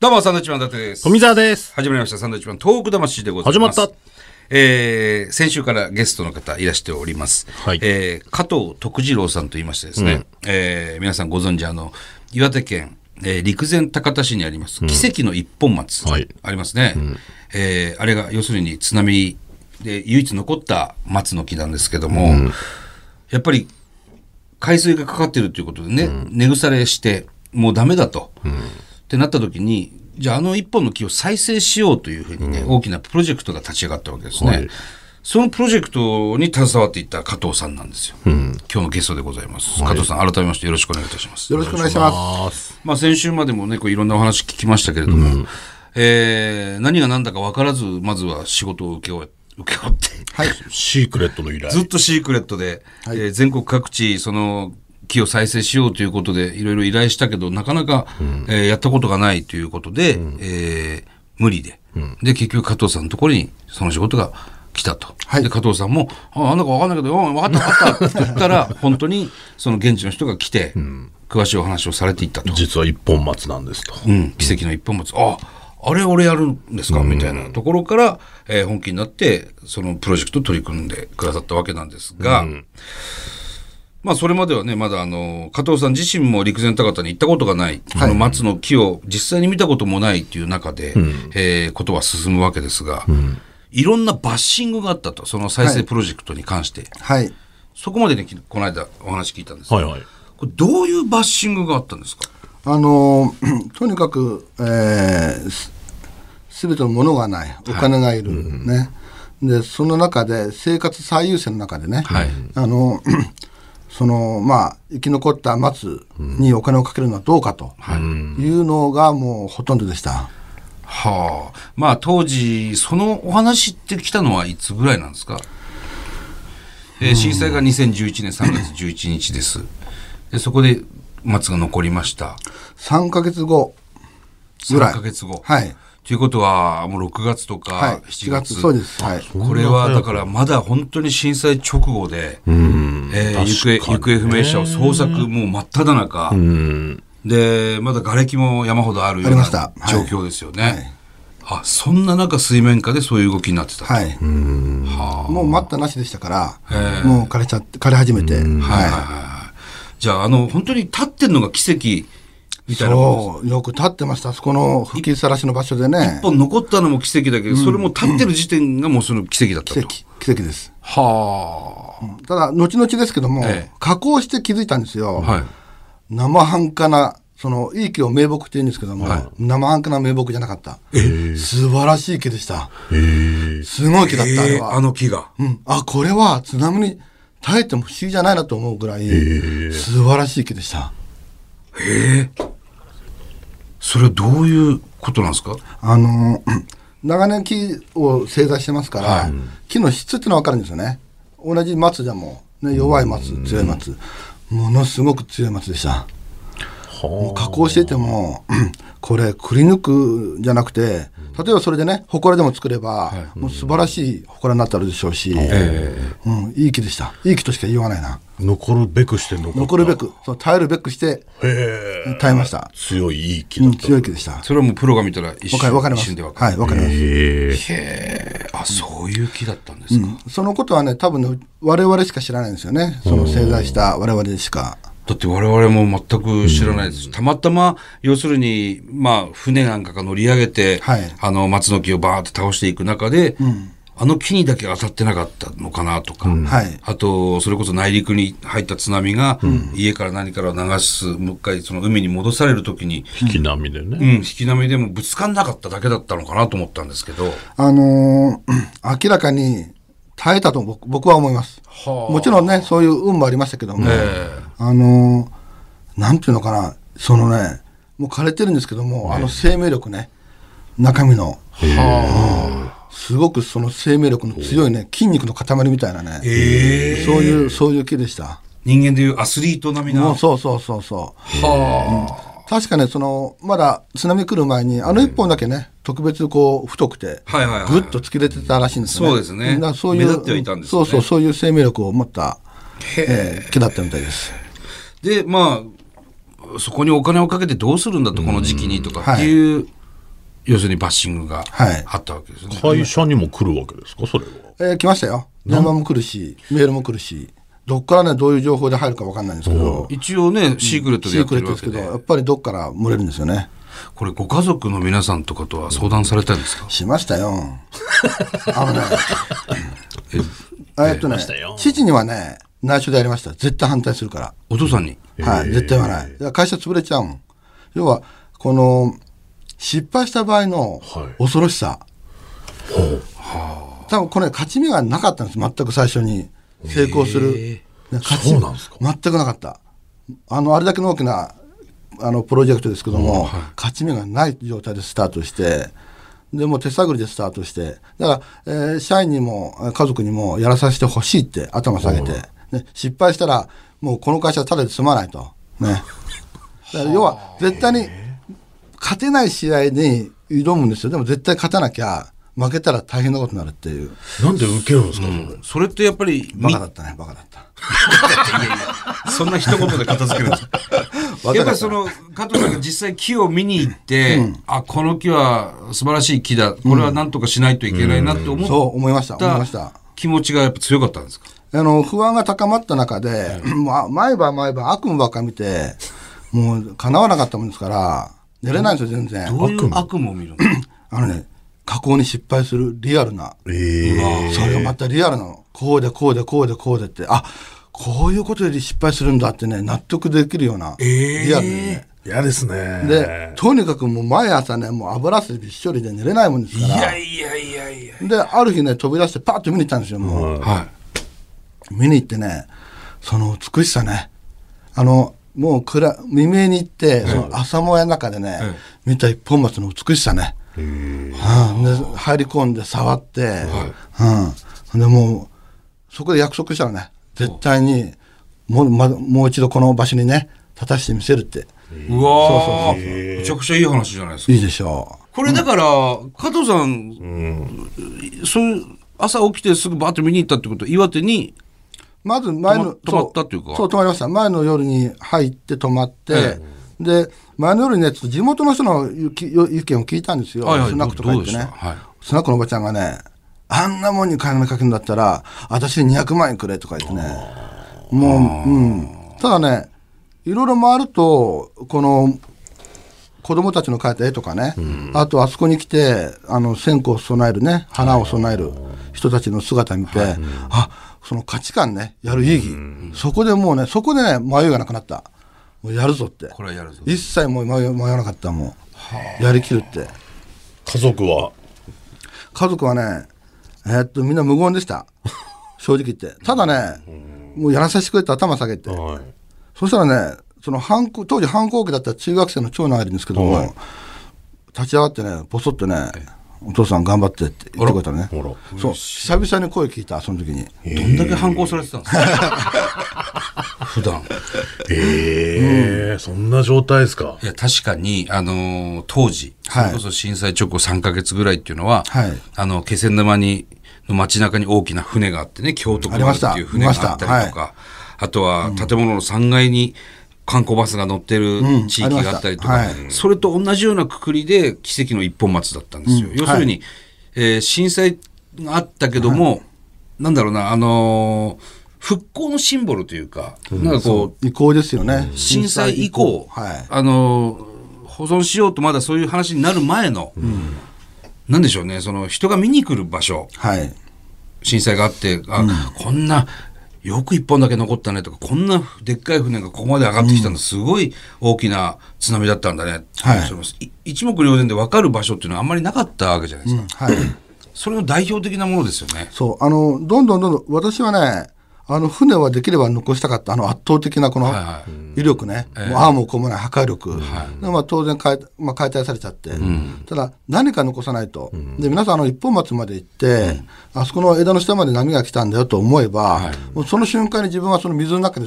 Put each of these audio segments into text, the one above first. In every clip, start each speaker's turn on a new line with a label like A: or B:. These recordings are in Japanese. A: どうも、サンドウィッチマン伊達です。
B: 富澤です。
A: 始まりました、サンドウィッチマントーク魂でございます。
B: 始まった。
A: えー、先週からゲストの方いらしております。
B: はい
A: えー加藤徳次郎さんと言いましてですね、えー皆さんご存知、あの、岩手県、えー陸前高田市にあります、奇跡の一本松、
B: はい
A: ありますね。えーあれが、要するに津波で唯一残った松の木なんですけども、やっぱり海水がかかってるということでね、根腐れしてもうダメだと、ってなった時にじゃああの一本の木を再生しようというふうにね、大きなプロジェクトが立ち上がったわけですね、
B: はい
A: そのプロジェクトに携わっていった加藤さんなんですよ、今日のゲストでございます、加藤さん改めましてよろしくお願いいたします
C: よろしくお願いします。
B: ます。
A: まあ、先週までもねこういろんなお話聞きましたけれども、えー何が何だか分からずまずは仕事を請け負え 請け負って
C: はい。
B: シークレットの依頼。
A: ずっとシークレットで、えー全国各地その木を再生しようということでいろいろ依頼したけどなかなか、えーやったことがないということで、えー無理で、で結局加藤さんのところにその仕事が来たと、
C: はい
A: で加藤さんも「ああんだか分かんないけどうん分かった分かった」って言ったら本当にその現地の人が来て、詳しいお話をされていったと、
B: 実は一本松なんですと。
A: うん、奇跡の一本松ああれ俺やるんですかみたいなところから、えー本気になってそのプロジェクトを取り組んでくださったわけなんですが、まあそれまではねまだあの加藤さん自身も陸前高田に行ったことがない、この松の木を実際に見たこともないという中で、えーことは進むわけですが、いろんなバッシングがあったとその再生プロジェクトに関して、
C: はい。
A: そこまでねきこの間お話聞いたんですが、
B: はいはい。
A: これどういうバッシングがあったんですか
C: あのー とにかく、えーすすべてのものがない、お金がいる、ね。で、その中で、生活最優先の中でね、
A: はい
C: あの ーその、まあ、生き残った松にお金をかけるのはどうかというのがもうほとんどでした。
A: はあ、まあ当時そのお話って来たのはいつぐらいなんですか、えー震災が2011年3月11日ですでそこで松が残りました
C: 3ヶ月後ぐらい。
A: 3ヶ月後、
C: はい。
A: ということはもう6月と
C: はい
A: か。7
C: 7
A: 月,、
C: 月、そうです。はい。
A: これはだからまだ本当に震災直後で、えー行
B: 確か
A: 方
B: にね
A: 行方不明者を捜索もう真っ只中、
B: うん。
A: でまだ瓦礫も山ほどあるよう
C: あり
A: な
C: ましたはい
A: 状況ですよね、あそんな中水面下でそういう動きになってたと
C: はい。
A: は
C: もう待ったなしでしたか
A: へえ
C: ら、もう枯れちゃって、枯れ始めて。
A: はいはい
C: は
A: はい。じゃあ、あの、本当に立ってんのが奇跡み
C: い。
A: たいなことです。
C: そう、よく立ってました。あそこの吹きさらしの場所でね
A: 一。本残ったのも奇跡だけど、それも立ってる時点がもうその奇跡だった
C: 奇
A: と。
C: 跡。奇跡です。
A: は
C: ただ、後々ですけども
A: ええ、
C: 加工して気づいたんです
A: あ。
C: よ。
A: はい。
C: 生半可な、その、いい木を名木って言うんですけども、生半可な名木じゃなかった。素晴らしい木でした。すごい木だった、あれ
A: えーあ
C: は。
A: の木が。
C: うん。あ、これは津波に耐えても不思議じゃないなと思うぐらい、素晴らしい木でした。
A: それはどういうことなんですか
C: あの 長年木を正座してますから、木の質っていうのは分かるんですよね同じ松でも、ね、弱い松強い松ものすごく強い松でしたもう加工していても これくり抜くじゃなくて例えばそれでね祠でも作れば、もう素晴らしい祠になったるでしょうし、うん、いい木でしたいい木としか言いようがないな
B: 残るべくして残った
C: 残るべ。くそう耐えるべくして
B: へえ。
C: 耐えました、
B: 強いいい木
C: う
B: だっ
C: ん、強い木でした
A: それはもうプロが見たら一瞬
C: わかるわかりま
A: 一
C: す
A: 瞬でわかる。
C: はいわかります
B: た。へ
A: へ
B: え。
A: え。あ、そういう木だったんですか。
C: そのことはね、多分ね、我々しか知らないんですよね。その製材した我々しか。
A: だって我々も全く知らないです、たまたま要するに、まあ、船なんかが乗り上げて、
C: はい
A: あの松の木をバーッと倒していく中で、あの木にだけ当たってなかったのかなとか、
C: はい。
A: あとそれこそ内陸に入った津波が、家から何から流すもう一回その海に戻される時に、
B: 引き波で
A: うん
B: ね。
A: 引き波でもぶつかんなかっただけだったのかなと思ったんですけど、
C: あのー 明らかに耐えたと僕僕は思います。
A: はあ
C: もちろんね、そういう運もありましたけども、
A: え
C: あのーなんていうのかな、そのね、もう枯れてるんですけども、あの生命力ね、中身の。
A: え
C: すごくその生命力の強いね、筋肉の塊みたいなね、
A: ええ
C: そういう、そういう木でした。
A: 人間でいうアスリート並みな、
C: もうそうそうそうそう。
A: は
C: 確かね、そのまだ津波来る前に、あの一本だけね、特別こう太くて、
A: はいはいはい
C: ぐっと突き出てたらしいんですよね。
A: そうですね
C: だからそういう
A: 目立ってはいたんですよね
C: そうそう、そういう生命力を持った、えー木だったみたいです。
A: あ、でまあそこにお金をかけてどうするんだとこの時期にとかっ
C: は
A: て
C: い
A: いう要するにバッシングが
C: はい
A: あったわけですよね。
B: 会社にも来るわけですかそれは。
C: えー来ましたよ電話も来るしメールも来るしどっからねどういう情報で入るかわかんないんですけど
A: 一応ね、シークレットで
C: シ
A: や
C: ー
A: って
C: クレッ
A: るわ
C: トです
A: け
C: けど
A: で、
C: やっぱりどっから漏れるんですよね
A: これご家族の皆さんとかとは相談されたんですか、
C: しまし たよ危ないえっとね
B: たよ
C: 父にはね内緒でやりました絶対反対するから
A: お父さんに。
C: はい、絶対言わない。だから会社潰れちゃうもん。要は、この、失敗した場合の
B: はい
C: 恐ろしさ。多分これ、勝ち目がなかったんです、全く最初に。成功する。ね勝ち
B: そうなんですか
C: 全くなかった。あの、あれだけの大きな、あの、プロジェクトですけども、勝ち目がない状態でスタートして、でもう手探りでスタートして、だから、えー社員にもえー家族にもやらさせてほしいって頭下げて、ね、失敗したら、もうこの会社はただで済まないと。ね。だから要は、絶対に、勝てない試合に挑むんですよ。でも絶対勝たなきゃ、負けたら大変なことになるっていう。
B: なんで受けるんですか、
A: それってやっぱり、
C: バカだったね、バカだった。
A: そんな一言で片付けるんですか
C: わかる
A: やっぱりその加藤さんが実際木を見に行って、あこの木は素晴らしい木だこれはなんとかしないといけないなって思
C: そ
A: っ
C: う思いました、思いました
A: た。気持ちがやっぱ強かったんですか
C: あの、不安が高まった中で、まあ毎晩毎晩悪夢ばっか見て、もう叶わなかったもんですから、寝れないんですよ、全然。
A: どういう悪夢を見るの
C: あのね、加工に失敗するリアルな。
B: ええ
C: それがまたリアルなの。こうでこうでこうでこうでって、あこういうことより失敗するんだってね、納得できるような、リアルでね。
B: 嫌ですね。
C: で、とにかくもう毎朝ね、もう油汗びっしょりで寝れないもんですから。
A: いやいやいや
C: で、ある日ね、飛び出してパッと見に行ったんですよ、もう。
A: は
C: 見に行ってねその美しさねあのもう暗未明に行って、その朝もやの中でね、
A: え
C: 見た一本松の美しさね、うん、で入り込んで触って、うん、でもうそこで約束したのね絶対にもう,、ま、もう一度この場所にね立たしてみせるって
A: いうわーめちゃくちゃいい話じゃないですか
C: いいでしょ
A: これだから加藤さんそういう朝起きてすぐバーッと見に行ったってこと岩手に
C: うまず前
A: 泊
C: の
A: ま泊まったっていうか
C: そうそう泊まりました前の夜に入って泊まって、
A: え
C: で前の夜にねちょっと地元の人の意見を聞いたんですよ、スナックとか
A: ど
C: 行
A: う
C: っ
A: でし
C: てね
A: た、はい、
C: スナックのおばちゃんがね、あんなもんに金かけるんだったら、私に200万円くれとか言ってね、もう、うん。ただね、いろいろ回ると、この、子供たちの描いた絵とかね、あとあそこに来て、あの、線香を備えるね、花を備える人たちの姿見て、あ、その価値観ね、やる意義、そこでもうね、そこでね、迷いがなくなった。もうやるぞって。
A: これはやるぞ
C: 一切もう迷迷わなかった、もう。やりきるって。
B: 家族は、
C: 家族はね、えーっと、みんな無言でした。正直言って。ただね、もうやらさせてくれって頭下げて。
B: はい、
C: そしたらね、その反抗、当時反抗期だった中学生の長男がいるんですけども、立ち上がってね、ぼそっとね、お父さん頑張ってって言ってくれたのね。
B: ほら。
C: そう、久々に声聞いた、その時に。
A: どんだけ反抗されてたんですか 普段
B: ええそんな状態ですか。
A: いや、確かに、あのー当時、
C: はい
A: それこそ震災直後3ヶ月ぐらいっていうのは、
C: はい
A: あの、気仙沼に、の街中に大きな船があってね、京都丸っていう船があった
C: あ
A: り
C: りま
A: と
C: し
A: か、
C: た
A: あとは建物の3階に観光バスが乗ってる
C: うん
A: 地域があったりとか、
C: ありましたはい
A: それと同じようなくくりで奇跡の一本松だったんですよ。
C: うん
A: 要するに、えー震災があったけども、なんだろうな、あのー復興のシンボルというか、なんかこう、
C: 移行ですよね。
A: 震災以降、
C: はい。
A: あの保存しようとまだそういう話になる前の、なんでしょうねその人が見に来る場所
C: はい。
A: 震災があってあ、こんなよく一本だけ残ったねとかこんなでっかい船がここまで上がってきたの、すごい大きな津波だったんだね、
C: はい
A: そのい一目瞭然で分かる場所っていうのはあんまりなかったわけじゃないですか、
C: はい。
A: それの代表的なものですよね。
C: そう、あの、どんどんどんどん、私はね、あの船はできれば残したかった、あの圧倒的なこの
A: いは
C: 威力ね、もうああもこうもない破壊力、でまあ、当然解,、まあ、解体されちゃって、ただ、何か残さないと、で皆さん、あの一本松まで行って、あそこの枝の下まで波が来たんだよと思えば、もうその瞬間に自分はその水の中で、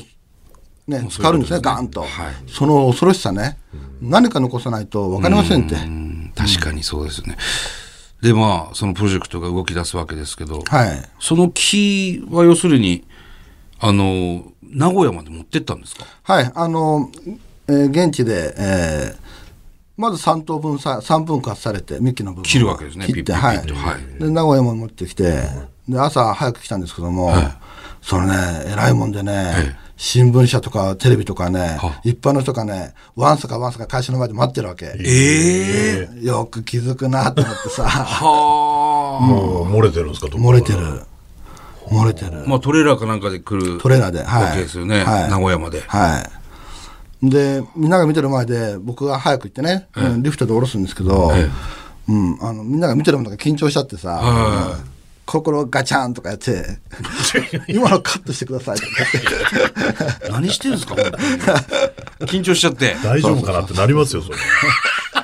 C: ね、浸かるんですね、ガーンと、
A: はい
C: その恐ろしさね、何か残さないと分かりませんって。
A: うん確かにそうですよね。でまあそのプロジェクトが動き出すわけですけど、
C: はい
A: その木は要するに、あの、名古屋まで持ってったんですか
C: はい、あの、えー現地で、えーまず3等分さ、3分割されて、幹の部分を。
A: 切るわけですね
C: 切って、
A: ピッ
C: は
A: ピ
C: い
A: ッピッ。とはい
C: で、名古屋も持ってきて、で、朝早く来たんですけども、それね、偉いもんでね、新聞社とかテレビとかね
A: は、
C: 一般の人がね、わんさかわんさか会社の前で待ってるわけ。
A: ええ
C: よく気づくなと思ってさ、
A: は
B: もう漏れてるんですか、どこ
C: 漏
B: か
C: れてる。漏れてる
A: あ。。まあトレーラーかなんかで来る
C: トレーラーで、はい。
A: わけですよね、
C: はい
A: 名古屋まで。
C: はい。で、みんなが見てる前で、僕が早く行ってね、うんリフトで降ろすんですけど、
A: え
C: うん、あのみんなが見てるもんだから緊張しちゃってさ、
A: はい
C: うん心ガチャンとかやって、 今のカットしてくださいとか言っ て
A: 何してるんですか本当に緊張しちゃって。
B: 大丈夫かなってなりますよ、それ。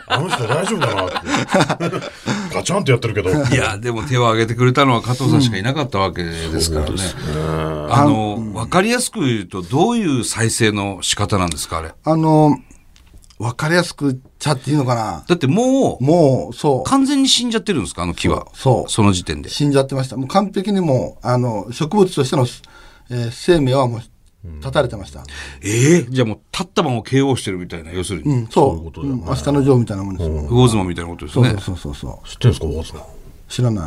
B: あの人大丈夫かなって。ガチャンとやってるけど。
A: いやでも手を挙げてくれたのは加藤さんしかいなかったわけですからね。あの分かりやすく言うとどういう再生の仕方なんですかあれ。
C: あの、わかりやすく言っちゃっていいのかな。
A: だってもう
C: もう、そう、
A: 完全に死んじゃってるんですかあの木は。
C: そう
A: その時点で。
C: 死んじゃってました。もう完璧にもう、あの、植物としての、えー生命はもう、断たれてました。
A: ええじゃあもう立ったまま KO してるみたいな要する
C: う
A: に、
C: ん、そう。
B: そういうことだよね
C: ん明日のジョーみたいなもんですよ。
A: 魚ウみたいなことです
C: そう
A: ね。
C: そうそうそう。
B: 知ってんすか、大津さん。
C: 知らない。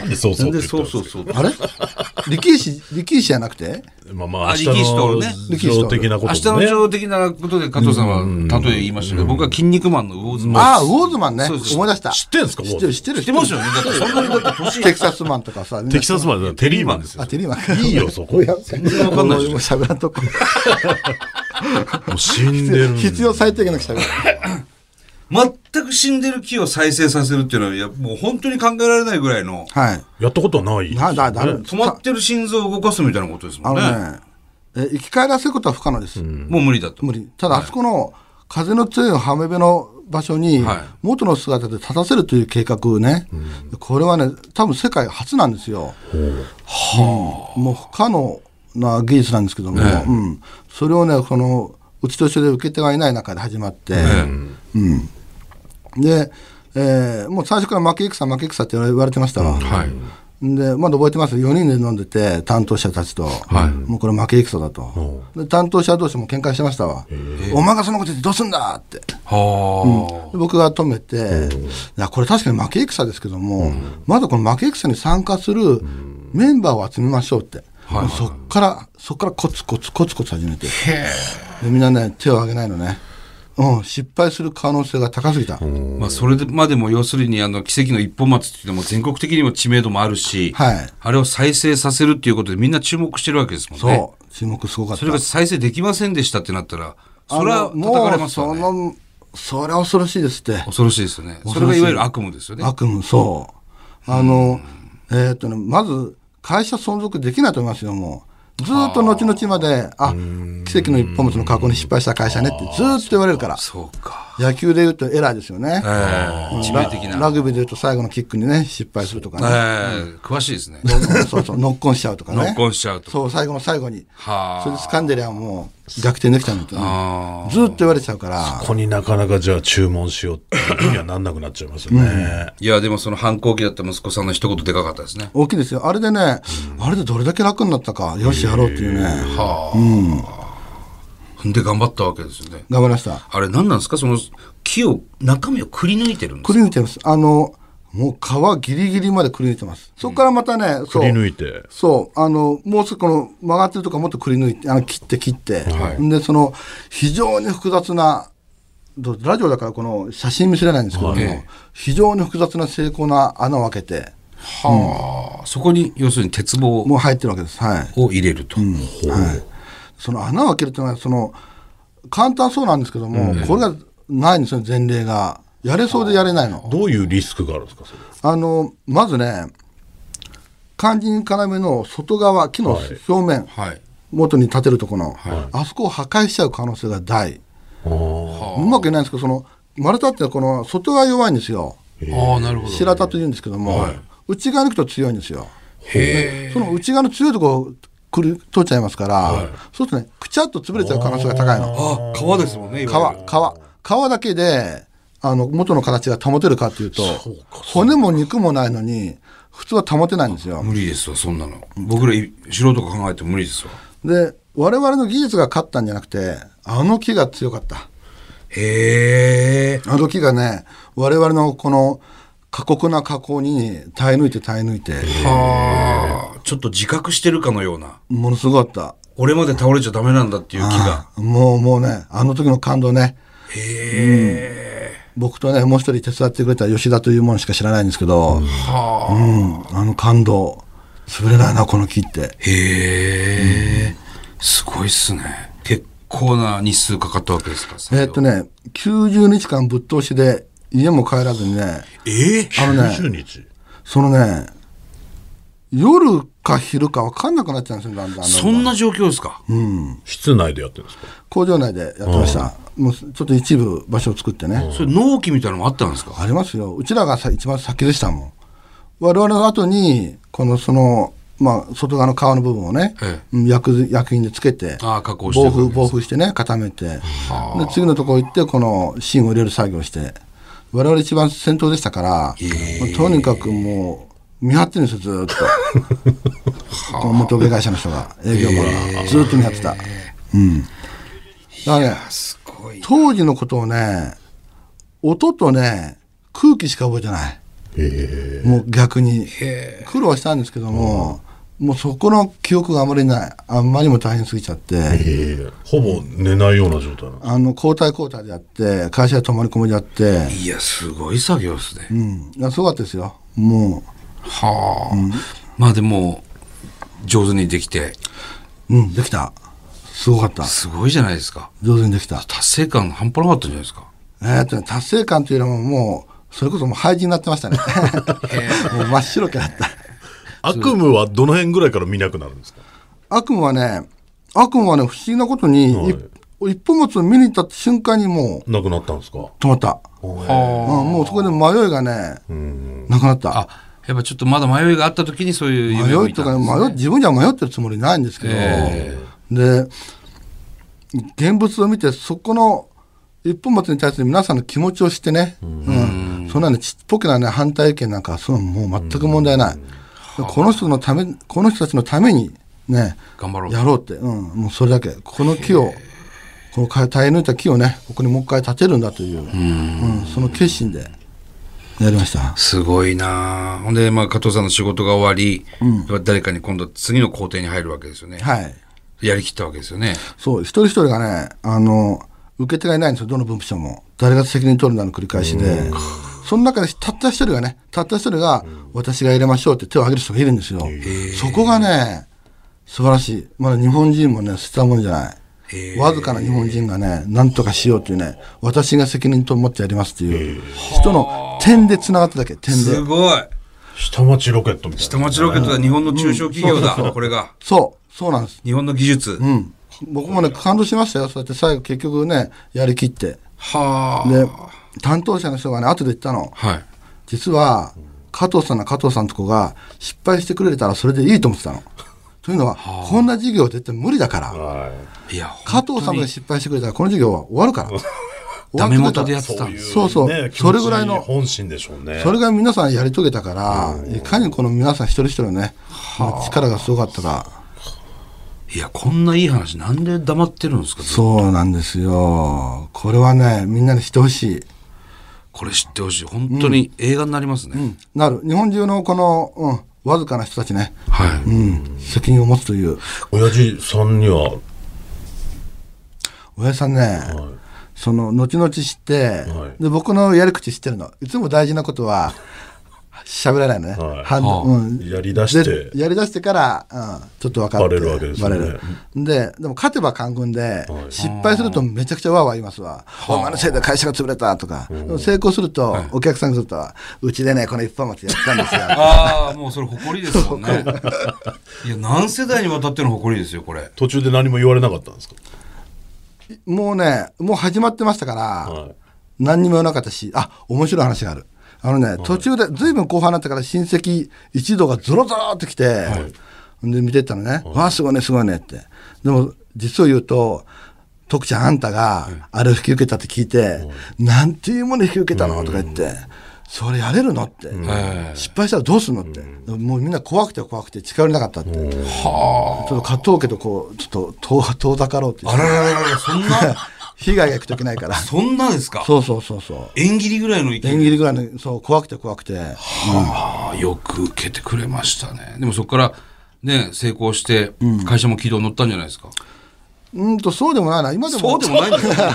B: なんでそうそう
A: 全
B: って
A: 然
B: 言った
A: そ
B: ん
A: う
B: です
A: そ
B: か
A: うそう。
C: あれ力石、力石じゃなくて
B: まあまあ、
A: あ
B: 明日
A: 力士と
B: の
A: ね
C: 力士と
B: 情的なこと
A: 明日
B: も
A: の
B: ね。
A: 情的なことで加藤さんは例え言いましたけど、僕は筋肉マンの魚妻。
C: ああ、ウォーズマンね。
A: そうです
C: 思い出した。
B: 知ってんすか
C: 知ってる、知ってる。
A: 知ってますよね。だってそんなにだって年
C: テキサスマンとかさ。
B: テキサス
C: ン。
B: までテリーマンですよ。
C: あ、テリーマン。
B: いいよ、そこ。も
C: 全然
A: わかんないでしょ
C: もう喋らんとこ。
B: う死んでるんだ。
C: 必要最低限の喋る。
A: 全く死んでる木を再生させるっていうのは、いや、もう本当に考えられないぐらいの、
C: はい。
B: やったことはないですよ
C: な、
B: ね。
C: だ、だめ。
A: 止まってる心臓を動かすみたいなことですも
C: あ
A: んね。
C: のね、え生き返らせることは不可能です。
A: もう無理だと。
C: 無理。ただ、あそこの風の強い浜辺の場所に
A: は、
C: 元の姿で立たせるという計画ね。これはね、多分世界初なんですよ。うんもう不可能な技術なんですけども、うん、それをね、このうちと一緒で受け手がいない中で始まって、うん、で、えーもう最初から負け戦、負け戦って言われてましたわ。
A: はい。
C: でまだ覚えてます4人で飲んでて担当者たちと、もうこれ負け戦だと、で担当者同士も喧嘩してましたわ、お前がそんなこと言ってどうすんだって
A: は
C: で僕が止めて、いやこれ確かに負け戦ですけども、まずこの負け戦に参加するメンバーを集めましょうって、もうそっからそっからコツコツコツコツ始めてでみんなね手を挙げないのね、うん、失敗する可能性が高すぎた、
A: あ。まあ、それまでも要するに、あの、奇跡の一本松っていうのも全国的にも知名度もあるし、
C: はい
A: あれを再生させるっていうことでみんな注目してるわけですもん
C: そう、
A: ね。
C: 注目すごかった
A: それが再生できませんでしたってなったら、それは
C: あの
A: 叩かれますよ
C: も
A: ね。
C: うそのそれは恐ろしいですって
A: 恐ろしいですよね。それがいわゆる悪夢ですよね。
C: 悪夢そうあのえーっとねまず会社存続できないと思いますよもうずーっと後々まであ奇跡の一本物の加工に失敗した会社ねってずーっと言われるから
A: そうか。
C: 野球で言うとエラーですよね
A: ええ致命的
C: ラ
A: な。
C: グビーで言うと最後のキックにね失敗するとか
A: ええ
C: ね
A: 詳しいですね。
C: そうそうノックオンしちゃうとかね
A: ノックオンしちゃうとか
C: そう最後の最後に
A: はあ
C: それで掴んでりゃもう逆転できちゃうんだよ
A: あ
C: ねずーっと言われちゃうから
B: ここになかなかじゃあ注文しようっていうふうにはなんなくなっちゃいますよね。
A: いや、でもその反抗期だった息子さんの一言でかかったですね。
C: 大きいですよ。あれでね、あれでどれだけ楽になったか、よし、やろうっていうね、
A: はあ。んで頑張ったわけですよね。
C: 頑張りました。
A: あれ何なんですかその木を、中身をくり抜いてるんです
C: く
A: か
C: り抜いてます。あの、もう皮ギリギリまでくり抜いてます。そこからまたね、
B: く
C: そう
B: り抜いて。
C: そう、あの、もう少しこの曲がってるとかもっとくり抜いて、あの、切って切って。で、その、非常に複雑な、どラジオだからこの写真見せれないんですけども、非常に複雑な精巧な穴を開けて、
A: はあ。そこに、要するに鉄棒
C: もう入ってるわけです。はい。
A: を入れると。
C: はい、その穴を開けるというのはその簡単そうなんですけども、これがないんですよ前例がやれそうでやれないの
B: どういうリスクがあるんですか、それ。
C: あのまずね肝心要の外側木の表面、
A: はい。
C: 元に立てるところの、あそこを破壊しちゃう可能性が大
B: あ
C: うまく言えないんですけどその丸太ってのはこの外側弱いんですよ
A: ああ、なるほど。
C: 白田というんですけども、内側に行くと強いんですよ
A: へえ。
C: その内側の強いところをくる取っちゃいますから、そうするとねくちゃっと潰れちゃう可能性が高い
A: あ
C: の
A: あ、川ですもんね、いわゆる
C: 皮、皮、皮だけで、あの、元の形が保てるかっていうと、骨も肉もないのに、普通は保てないんですよ。
A: 無理ですわ、そんなの。僕らい素人が考えても無理ですわ。
C: で、我々の技術が勝ったんじゃなくて、あの木が強かった。
A: へえ。
C: あの木がね我々のこの過酷な加工に耐え抜いて耐え抜いて
A: はあ。ちょっと自覚してるかのような。
C: ものすごかった
A: 俺まで倒れちゃダメなんだっていう気が。
C: ああもうもうねあの時の感動ね
A: へえ。
C: 僕とねもう一人手伝ってくれた吉田というものしか知らないんですけど、
A: はあ。
C: うん、あの感動潰れないなこの木って
A: へえ、すごいっすね。結構な日数かかったわけですか
C: えーっと
A: ね。
C: ね90日間ぶっ通しで家も帰らずにね
B: ええ
C: あのね
B: 90日
C: そのね夜か昼か分かんなくなっちゃうんですよだんだんだんだん
A: そんな状況ですか、
B: 室内でやってるんですか
C: 工場内でやってました、もうちょっと一部場所を作ってね、
A: それ納期みたいなのもあったんですか
C: ありますようちらがさ一番先でしたもん我々の後にこのそのまあ外側の皮の部分をね、
A: え
C: うん薬薬品でつけて
A: ああ加工して
C: 防風
A: るわ
C: 防風してね固めてで次のとこ行ってこの芯を入れる作業して我々一番先頭でしたから、もうとにかくもう見張ってるんですよずーっと この元請け会社の人が営業マンがずーっと見張ってた、うんだからね
A: すごい。
C: 当時のことをね音とね空気しか覚えてない
B: え
C: もう逆に
A: へ
C: 苦労はしたんですけども、もうそこの記憶があまりないあんまりにも大変すぎちゃって、
B: えええほぼ寝ないような状態なの
C: あの交代交代でやって会社で泊まり込みでやって、
A: いや、すごい作業ですね。
C: うん、いやすごかったですよも
A: はあ、まあでも、上手にできて、
C: ううんできたすごかった
A: すごいじゃないですか。
C: 上手にできた
A: 達成感半端なかったんじゃないですか。
C: えーっとね達成感というのももうそれこそもう廃人になってましたね もう真っ白くなった
B: 悪夢はどの辺ぐらいから見なくなるんですか
C: 悪夢はね、悪夢はね、不思議なことに、
B: はい
C: 一一本松を見に行った瞬間にも
B: なくなったんですか
C: う止まった。
A: は
C: うん、もうそこで迷いがね、なくなった。
A: あ、やっぱちょっとまだ迷いがあった時にそういう夢を
C: 迷
A: 見
C: い
A: た
C: と
A: んで
C: か、
A: すね
C: 迷い、自分じゃ迷ってるつもりないんですけど、
A: え
C: で、現物を見て、そこの一本松に対する皆さんの気持ちをしてね、うんそんなね、ちっぽけなね、反対意見なんか、そのもう全く問題ない。この人のため、この人たちのために、ね、
A: 頑張ろうと
C: やろうって、うん、もうそれだけ、この木を、このか耐え抜いた木をね、ここにもう一回立てるんだという、うんその決心でやりました。
A: すごいなあほんで、まあ、加藤さんの仕事が終わり、誰かに今度次の工程に入るわけですよね。
C: はい。
A: やりきったわけですよね。
C: そう、一人一人がね、あの、受け手がいないんですよ、どの分布署も。誰が責任取るんだの繰り返しで。その中で、たった一人がね、たった一人が、私が入れましょうって手を挙げる人がいるんですよ。そこがね、素晴らしい。まだ日本人もね、捨てたもんじゃない。わずかな日本人がね、なんとかしようというね、私が責任と思ってやりますっていう、人の点で繋がっただけ、点
A: す
C: で。
A: ごい
B: 下町ロケットみたいな
A: 下町ロケットは日本の中小企業だ、これが。
C: そう、そうなんです。
A: 日本の技術。
C: うん。僕もね、感動しましたよ。そうやって最後結局ね、やりきって。
A: はあ。
C: で担当者の人がね後で言ったの
A: はい。
C: 実は加藤さんの加藤さんとこが失敗してくれたらそれでいいと思ってたの。というのは、こんな事業絶対無理だから
B: はい
A: いや、
C: 加藤さんが失敗してくれたらこの事業は終わるから。
A: ダメ元でやっ
C: つ
A: てたんです。
C: そうそう
B: ね気持ち
C: それぐらいの
B: 本心でしょうね
C: それが皆さんやり遂げたからいかにこの皆さん一人一人のねまあ力がすごかったか
A: いや、こんないい話、なんで黙ってるんですか
C: そうなんですよこれはねみんなにしてほしい。
A: これ知ってほしい。本当に映画になりますね。
C: なる日本中のこの、うん、わずかな人たちね、
A: はい、
C: うん、責任を持つという。
B: 親父さんには
C: 親父さんね、その後々知って、
B: はい
C: で僕のやり口知ってるのいつも大事なことは喋らないのね、
B: はい
C: 反応
A: は
C: うん、
B: やりだして
C: でやりだしてから、うん、ちょっと分かって
B: バレるわけですよね
C: バレるででも勝てば官軍で、失敗するとめちゃくちゃわーわー言いますわ、お前のせいで会社が潰れたとか、でも成功すると、お客さんにするとうちでねこの一本松やったんで すよ
A: ああ、もうそれ誇りですもんね。いや、何世代にわたっての誇りですよ、これ。
B: 途中で何も言われなかったんですか
C: もうねもう始まってましたから、
B: はい
C: 何にも言わなかったし、あ、面白い話がある。あのね、途中で、ずいぶん後半になってから親戚一同がゾロゾロってきて、で、見てったのね、わあ、すごいね、すごいねって。でも、実を言うと、徳ちゃん、あんたが、あれを引き受けたって聞いて、なんていうもの引き受けたのとか言って、それやれるのって、
A: え
C: 失敗したらどうするのって、もうみんな怖くて怖くて近寄れなかったって、ちょっと加藤家とこう、ちょっと遠遠ざかろうっていう
A: あらららら、そんな
C: 被害がいくといけないから
A: そんなですか
C: そうそうそうそう
A: 縁切りぐらいの勢
C: 縁
A: い
C: 切りぐらいのそう怖くて怖くて
A: ああよく受けてくれましたねでもそこからね成功して会社も軌道乗ったんじゃないですか、
C: うんとそうでもないな今でも
A: そうでもないんですよね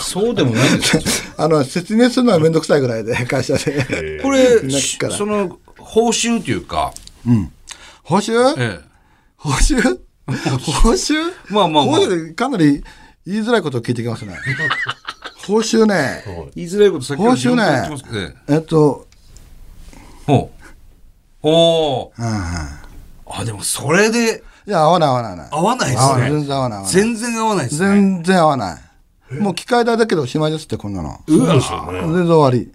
A: そうでもないん ですよ
C: あの説明するのは面倒くさいぐらいで 会社で
A: これ
C: なっから
A: その報酬というか、
C: 報酬
A: え
C: 報酬報酬
A: まあまあまあ
C: 報酬でかなり言いづらいことを聞いてき ますね報酬ね
A: え、言いづらいこと先
C: 報酬ね
A: ね
C: えっと
A: ほうほう
C: うんうん
A: あでもそれで
C: いや合わない合わない合わない
A: 合わないで
C: 合わ
A: す
C: な
A: ね
C: い全然合わな
A: 全然合わない
C: い合わない
A: ですね
C: 全然合わないもう機械代だけでおしまいですってこんなの
B: そうですよ
C: 全
B: ね。
C: 然終わり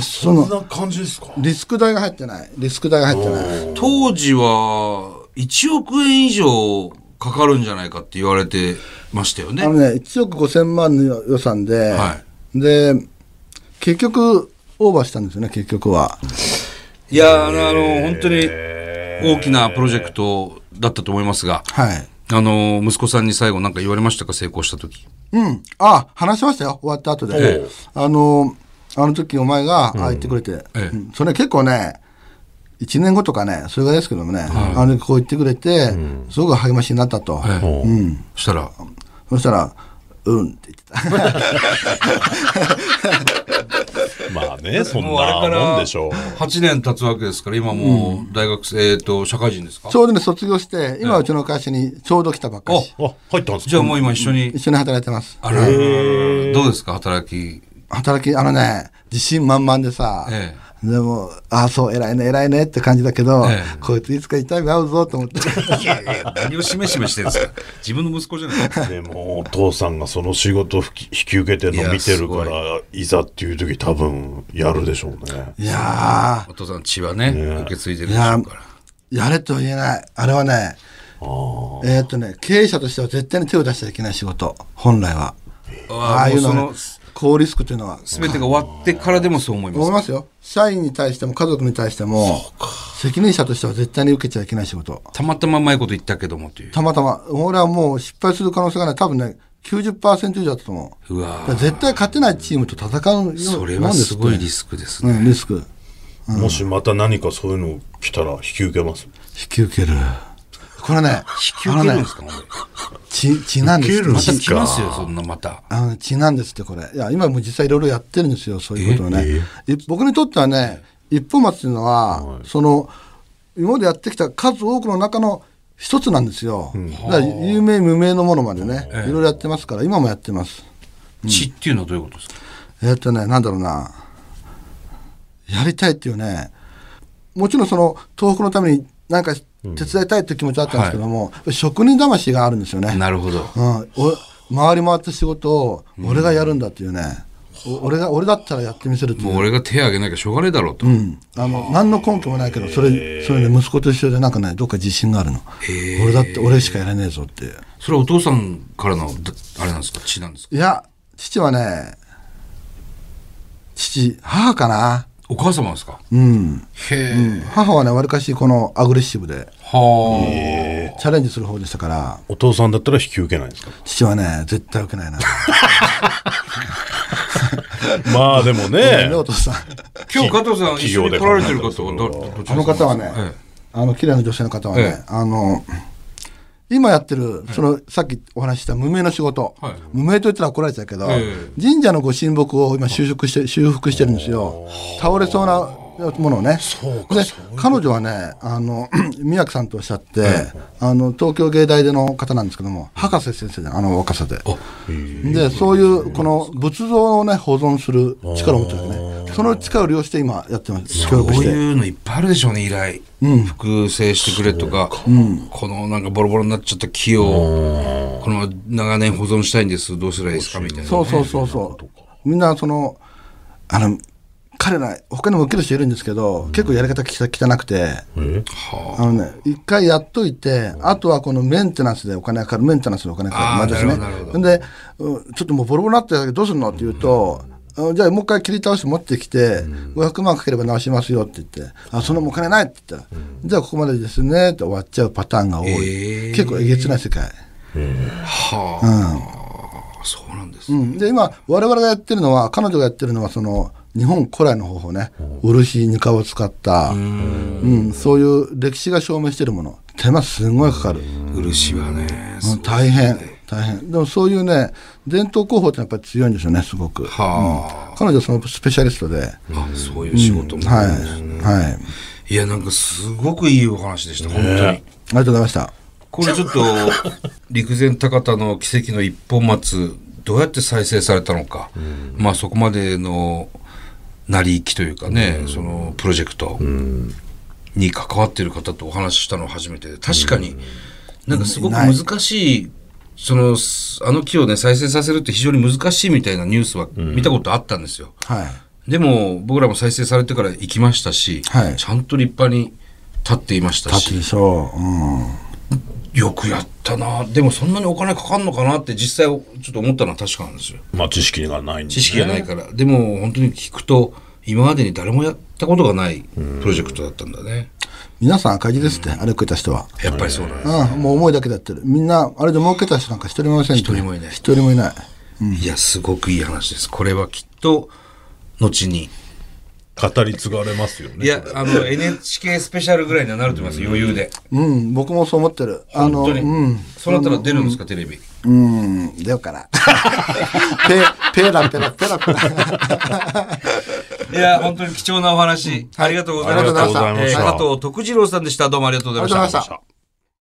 C: そ
B: そん
C: の
B: な感じですか
C: リスク代が入ってないリスク代が入ってない
A: 当時は1億円以上かかるんじゃないかって言われてましたよね
C: あのね1億5000万の予算で、
A: は
C: で結局オーバーしたんですよね結局はい
A: やあのあの本当に
B: え
A: 大きなプロジェクトだったと思いますが、
C: はい
A: あの息子さんに最後何か言われましたか成功した時
C: うんあ話しましたよ終わった後で、
B: ええ
C: あのあの時お前が、あ言ってくれて、
A: ええ
C: うんそれ結構ね1年後とかねそれぐらいですけどもね、あの時こう言ってくれて、すごく励ましになったと、
A: ええ
B: ー
C: うん
A: そしたら
C: そしたら「うん」って言ってた
B: まあね、そん
A: もうあ
B: な
A: れから
B: もんでしょう。
A: 8年経つわけですから今もう大学生、えー、と社会人ですか
C: ちょうどね卒業して今うちの会社にちょうど来たばっかり
B: あ、入ったんですか
A: じゃあもう今一緒に
C: 一緒に働いてます
A: あらどうですか働き
C: 働きあのね自信満々でさ、
A: え
C: でもああそう偉いね偉いねって感じだけど、
A: ええ
C: こいついつか痛い目合うぞと思って
A: 何をしめしめしてるんですか自分の息子じゃないですか
B: でもお父さんがその仕事を引き引き受けてるの見てる
A: い
B: からいざっていう時多分やるでしょうね
C: いや
A: お父さんの血はね
B: ね
A: 受け継いで
C: ー
A: るで
C: い
A: しょ
C: や
A: うから
C: やれとは言えないあれはね
B: あー
C: えーっとね経営者としては絶対に手を出しちゃいけない仕事本来はあ
A: あ
C: あ
A: あ
C: い
A: いうう
C: の,、
A: そ
C: ね
A: の、
C: 高リスクというのは
A: 全てが終わってからでもそう思いま
C: 思い
A: す
C: ますよ社員に対しても家族に対しても責任者としては絶対に受けちゃいけない仕事
A: たまたまうまいこと言ったけどもという
C: たまたま俺はもう失敗する可能性がない多分ね90%以上だったと思う
A: うわ
C: だから絶対勝てないチームと戦うよう
A: それはすごいリスクです
C: ク、う
A: ね
C: ん、リスク引
B: もしまた何かそういうの来たら引き受けます
C: き受けるこれね
A: 引き受けるんですかま
C: あのね血血なんです
B: 受ける
A: また
B: の
A: 来ますよそんなまた
C: あの血なんですってこれいや今も実際いろいろやってるんですよそういうことをね、い僕にとってはね一本松っていうのは、その今までやってきた数多くの中の一つなんですよ、だから有名無名のものまでねい
A: ええ
C: ろいろやってますから今もやってます
A: 血っていうのはどういうことですか
C: えっとね、なんだろうな、やりたいっていうね、もちろんその東北のためになんか手伝いたいっていう気持ちはあったんですけども、職人魂があるんですよね。
A: なるほど
C: うん、お回り回った仕事を俺がやるんだっていうね、お俺が俺だったらやってみせるってい
A: もう
C: う。
A: 俺が手を挙げなきゃしょうがねえだろうと、
C: うん、あの何の根拠もないけどそれそれで息子と一緒でなんかねどっか自信があるの俺だって俺しかやれねえぞっていう
A: それはお父さんからのだあれなんですか血なんですか
C: いや父はね父母かな
A: お母様ですか
C: うん
A: へえ、
C: 母はねわりかしこのアグレッシブで
A: はあ、
C: チャレンジする方でしたから
B: お父さんだったら引き受けないんですか
C: 父はね絶対受けないな
B: まあで もね
C: ねお父さん
A: 今日加藤さん一緒に来られてる方はど
B: 企業で考えたらそうだ
A: どっちですか
C: あの方はね、
A: え
C: あの綺麗な女性の方はね、
A: ええ
C: あの今やってるそのさっきお話しした無名の仕事、
A: はい
C: 無名と言ったら怒られちゃうけど、
A: え
C: 神社のご神木を今修復して修復してるんですよ倒れそうなものをね
B: そうか
C: で
B: そう
C: 彼女はねあの 宮城さんとおっしゃって、あの東京芸大での方なんですけども博士先生であの若さででそういうこの仏像をね保存する力を持ってるわけねその力を利用して今やってます協力
A: こう
C: して
A: いうのいっぱいあるでしょうね依頼、複製してくれとかこのなんかボロボロになっちゃった木をこのまま長年保存したいんですどうすればいいですかみたいな
C: そうそうそうそう。みんなその、あの、彼ら、他にも受ける人いるんですけど、結構やり方きた汚くて、
B: え
C: あのね、一回やっといて、あとはこのメンテナンスでお金がかかる、メンテナンスでお金がかか
A: あ
C: る、
A: ー
C: 毎年
A: なるほど
C: で、うんちょっともうボロボロになってるけどどうすんのって言うと、あじゃあもう一回切り倒して持ってきて、500万かければ直しますよって言って、あ、そんなもんお金ないって言ったら、じゃあここまでですねって終わっちゃうパターンが多い。
A: へー
C: 結構えげつない世界。
A: はあ、あそうなんです、
C: うん、で今我々がやってるのは彼女がやってるのはその日本古来の方法ね漆ぬかを使った、うん、そういう歴史が証明してるもの手間すごいかかる、
A: 漆はね、
C: うん大変大変でもそういうね伝統工法ってやっぱり強いんですよねすごく
A: は
C: 彼女そのスペシャリストで、
A: あ、あそういう仕事も、
C: はい
A: い、
C: はいあ
A: やなんかすごくいいお話でした、本当に
C: りがとうございました
A: これちょっと陸前高田の奇跡の一本松どうやって再生されたのか、まあそこまでの成り行きというかね、そのプロジェクトに関わっている方とお話ししたのは初めてで確かになんかすごく難しいそのすあの木をね再生させるって非常に難しいみたいなニュースは見たことあったんですよ。
C: はい
A: でも僕らも再生されてから行きましたし、
C: はい
A: ちゃんと立派に立っていました
C: 立つ
A: し
C: でしょう、うん、
A: よくやったなでもそんなにお金かかんのかなって実際ちょっと思ったのは確かなんですよ
B: まあ知識がないんで、ね。
A: 知識がないから、でも本当に聞くと今までに誰もやったことがないプロジェクトだったんだね
C: 皆さん赤字ですって、あれを受けた人は
A: やっぱりそうなんです、
C: うん、もう思いだけでやってる。みんな、あれで儲けた人なんか一人もいません一
A: 一人もいない
C: 一人もいない。
A: いやすごくいい話ですこれはきっと後に
B: 語り継がれますよね。
A: いやあの NHK スペシャルぐらいにはなると思います余裕で
C: うん、僕もそう思ってる。あの、
A: 本当に、
C: うん、
A: そうなったら出るんですか、テレビ
C: うん、出よう かな。ペ、ペラペラペラペラ。
A: いや、本当に貴重なお話、ありがとうございました。
C: ありがとうございました
A: えー加藤徳次郎さんでした。どうもありがとうございまし
C: ありがとうございましたた。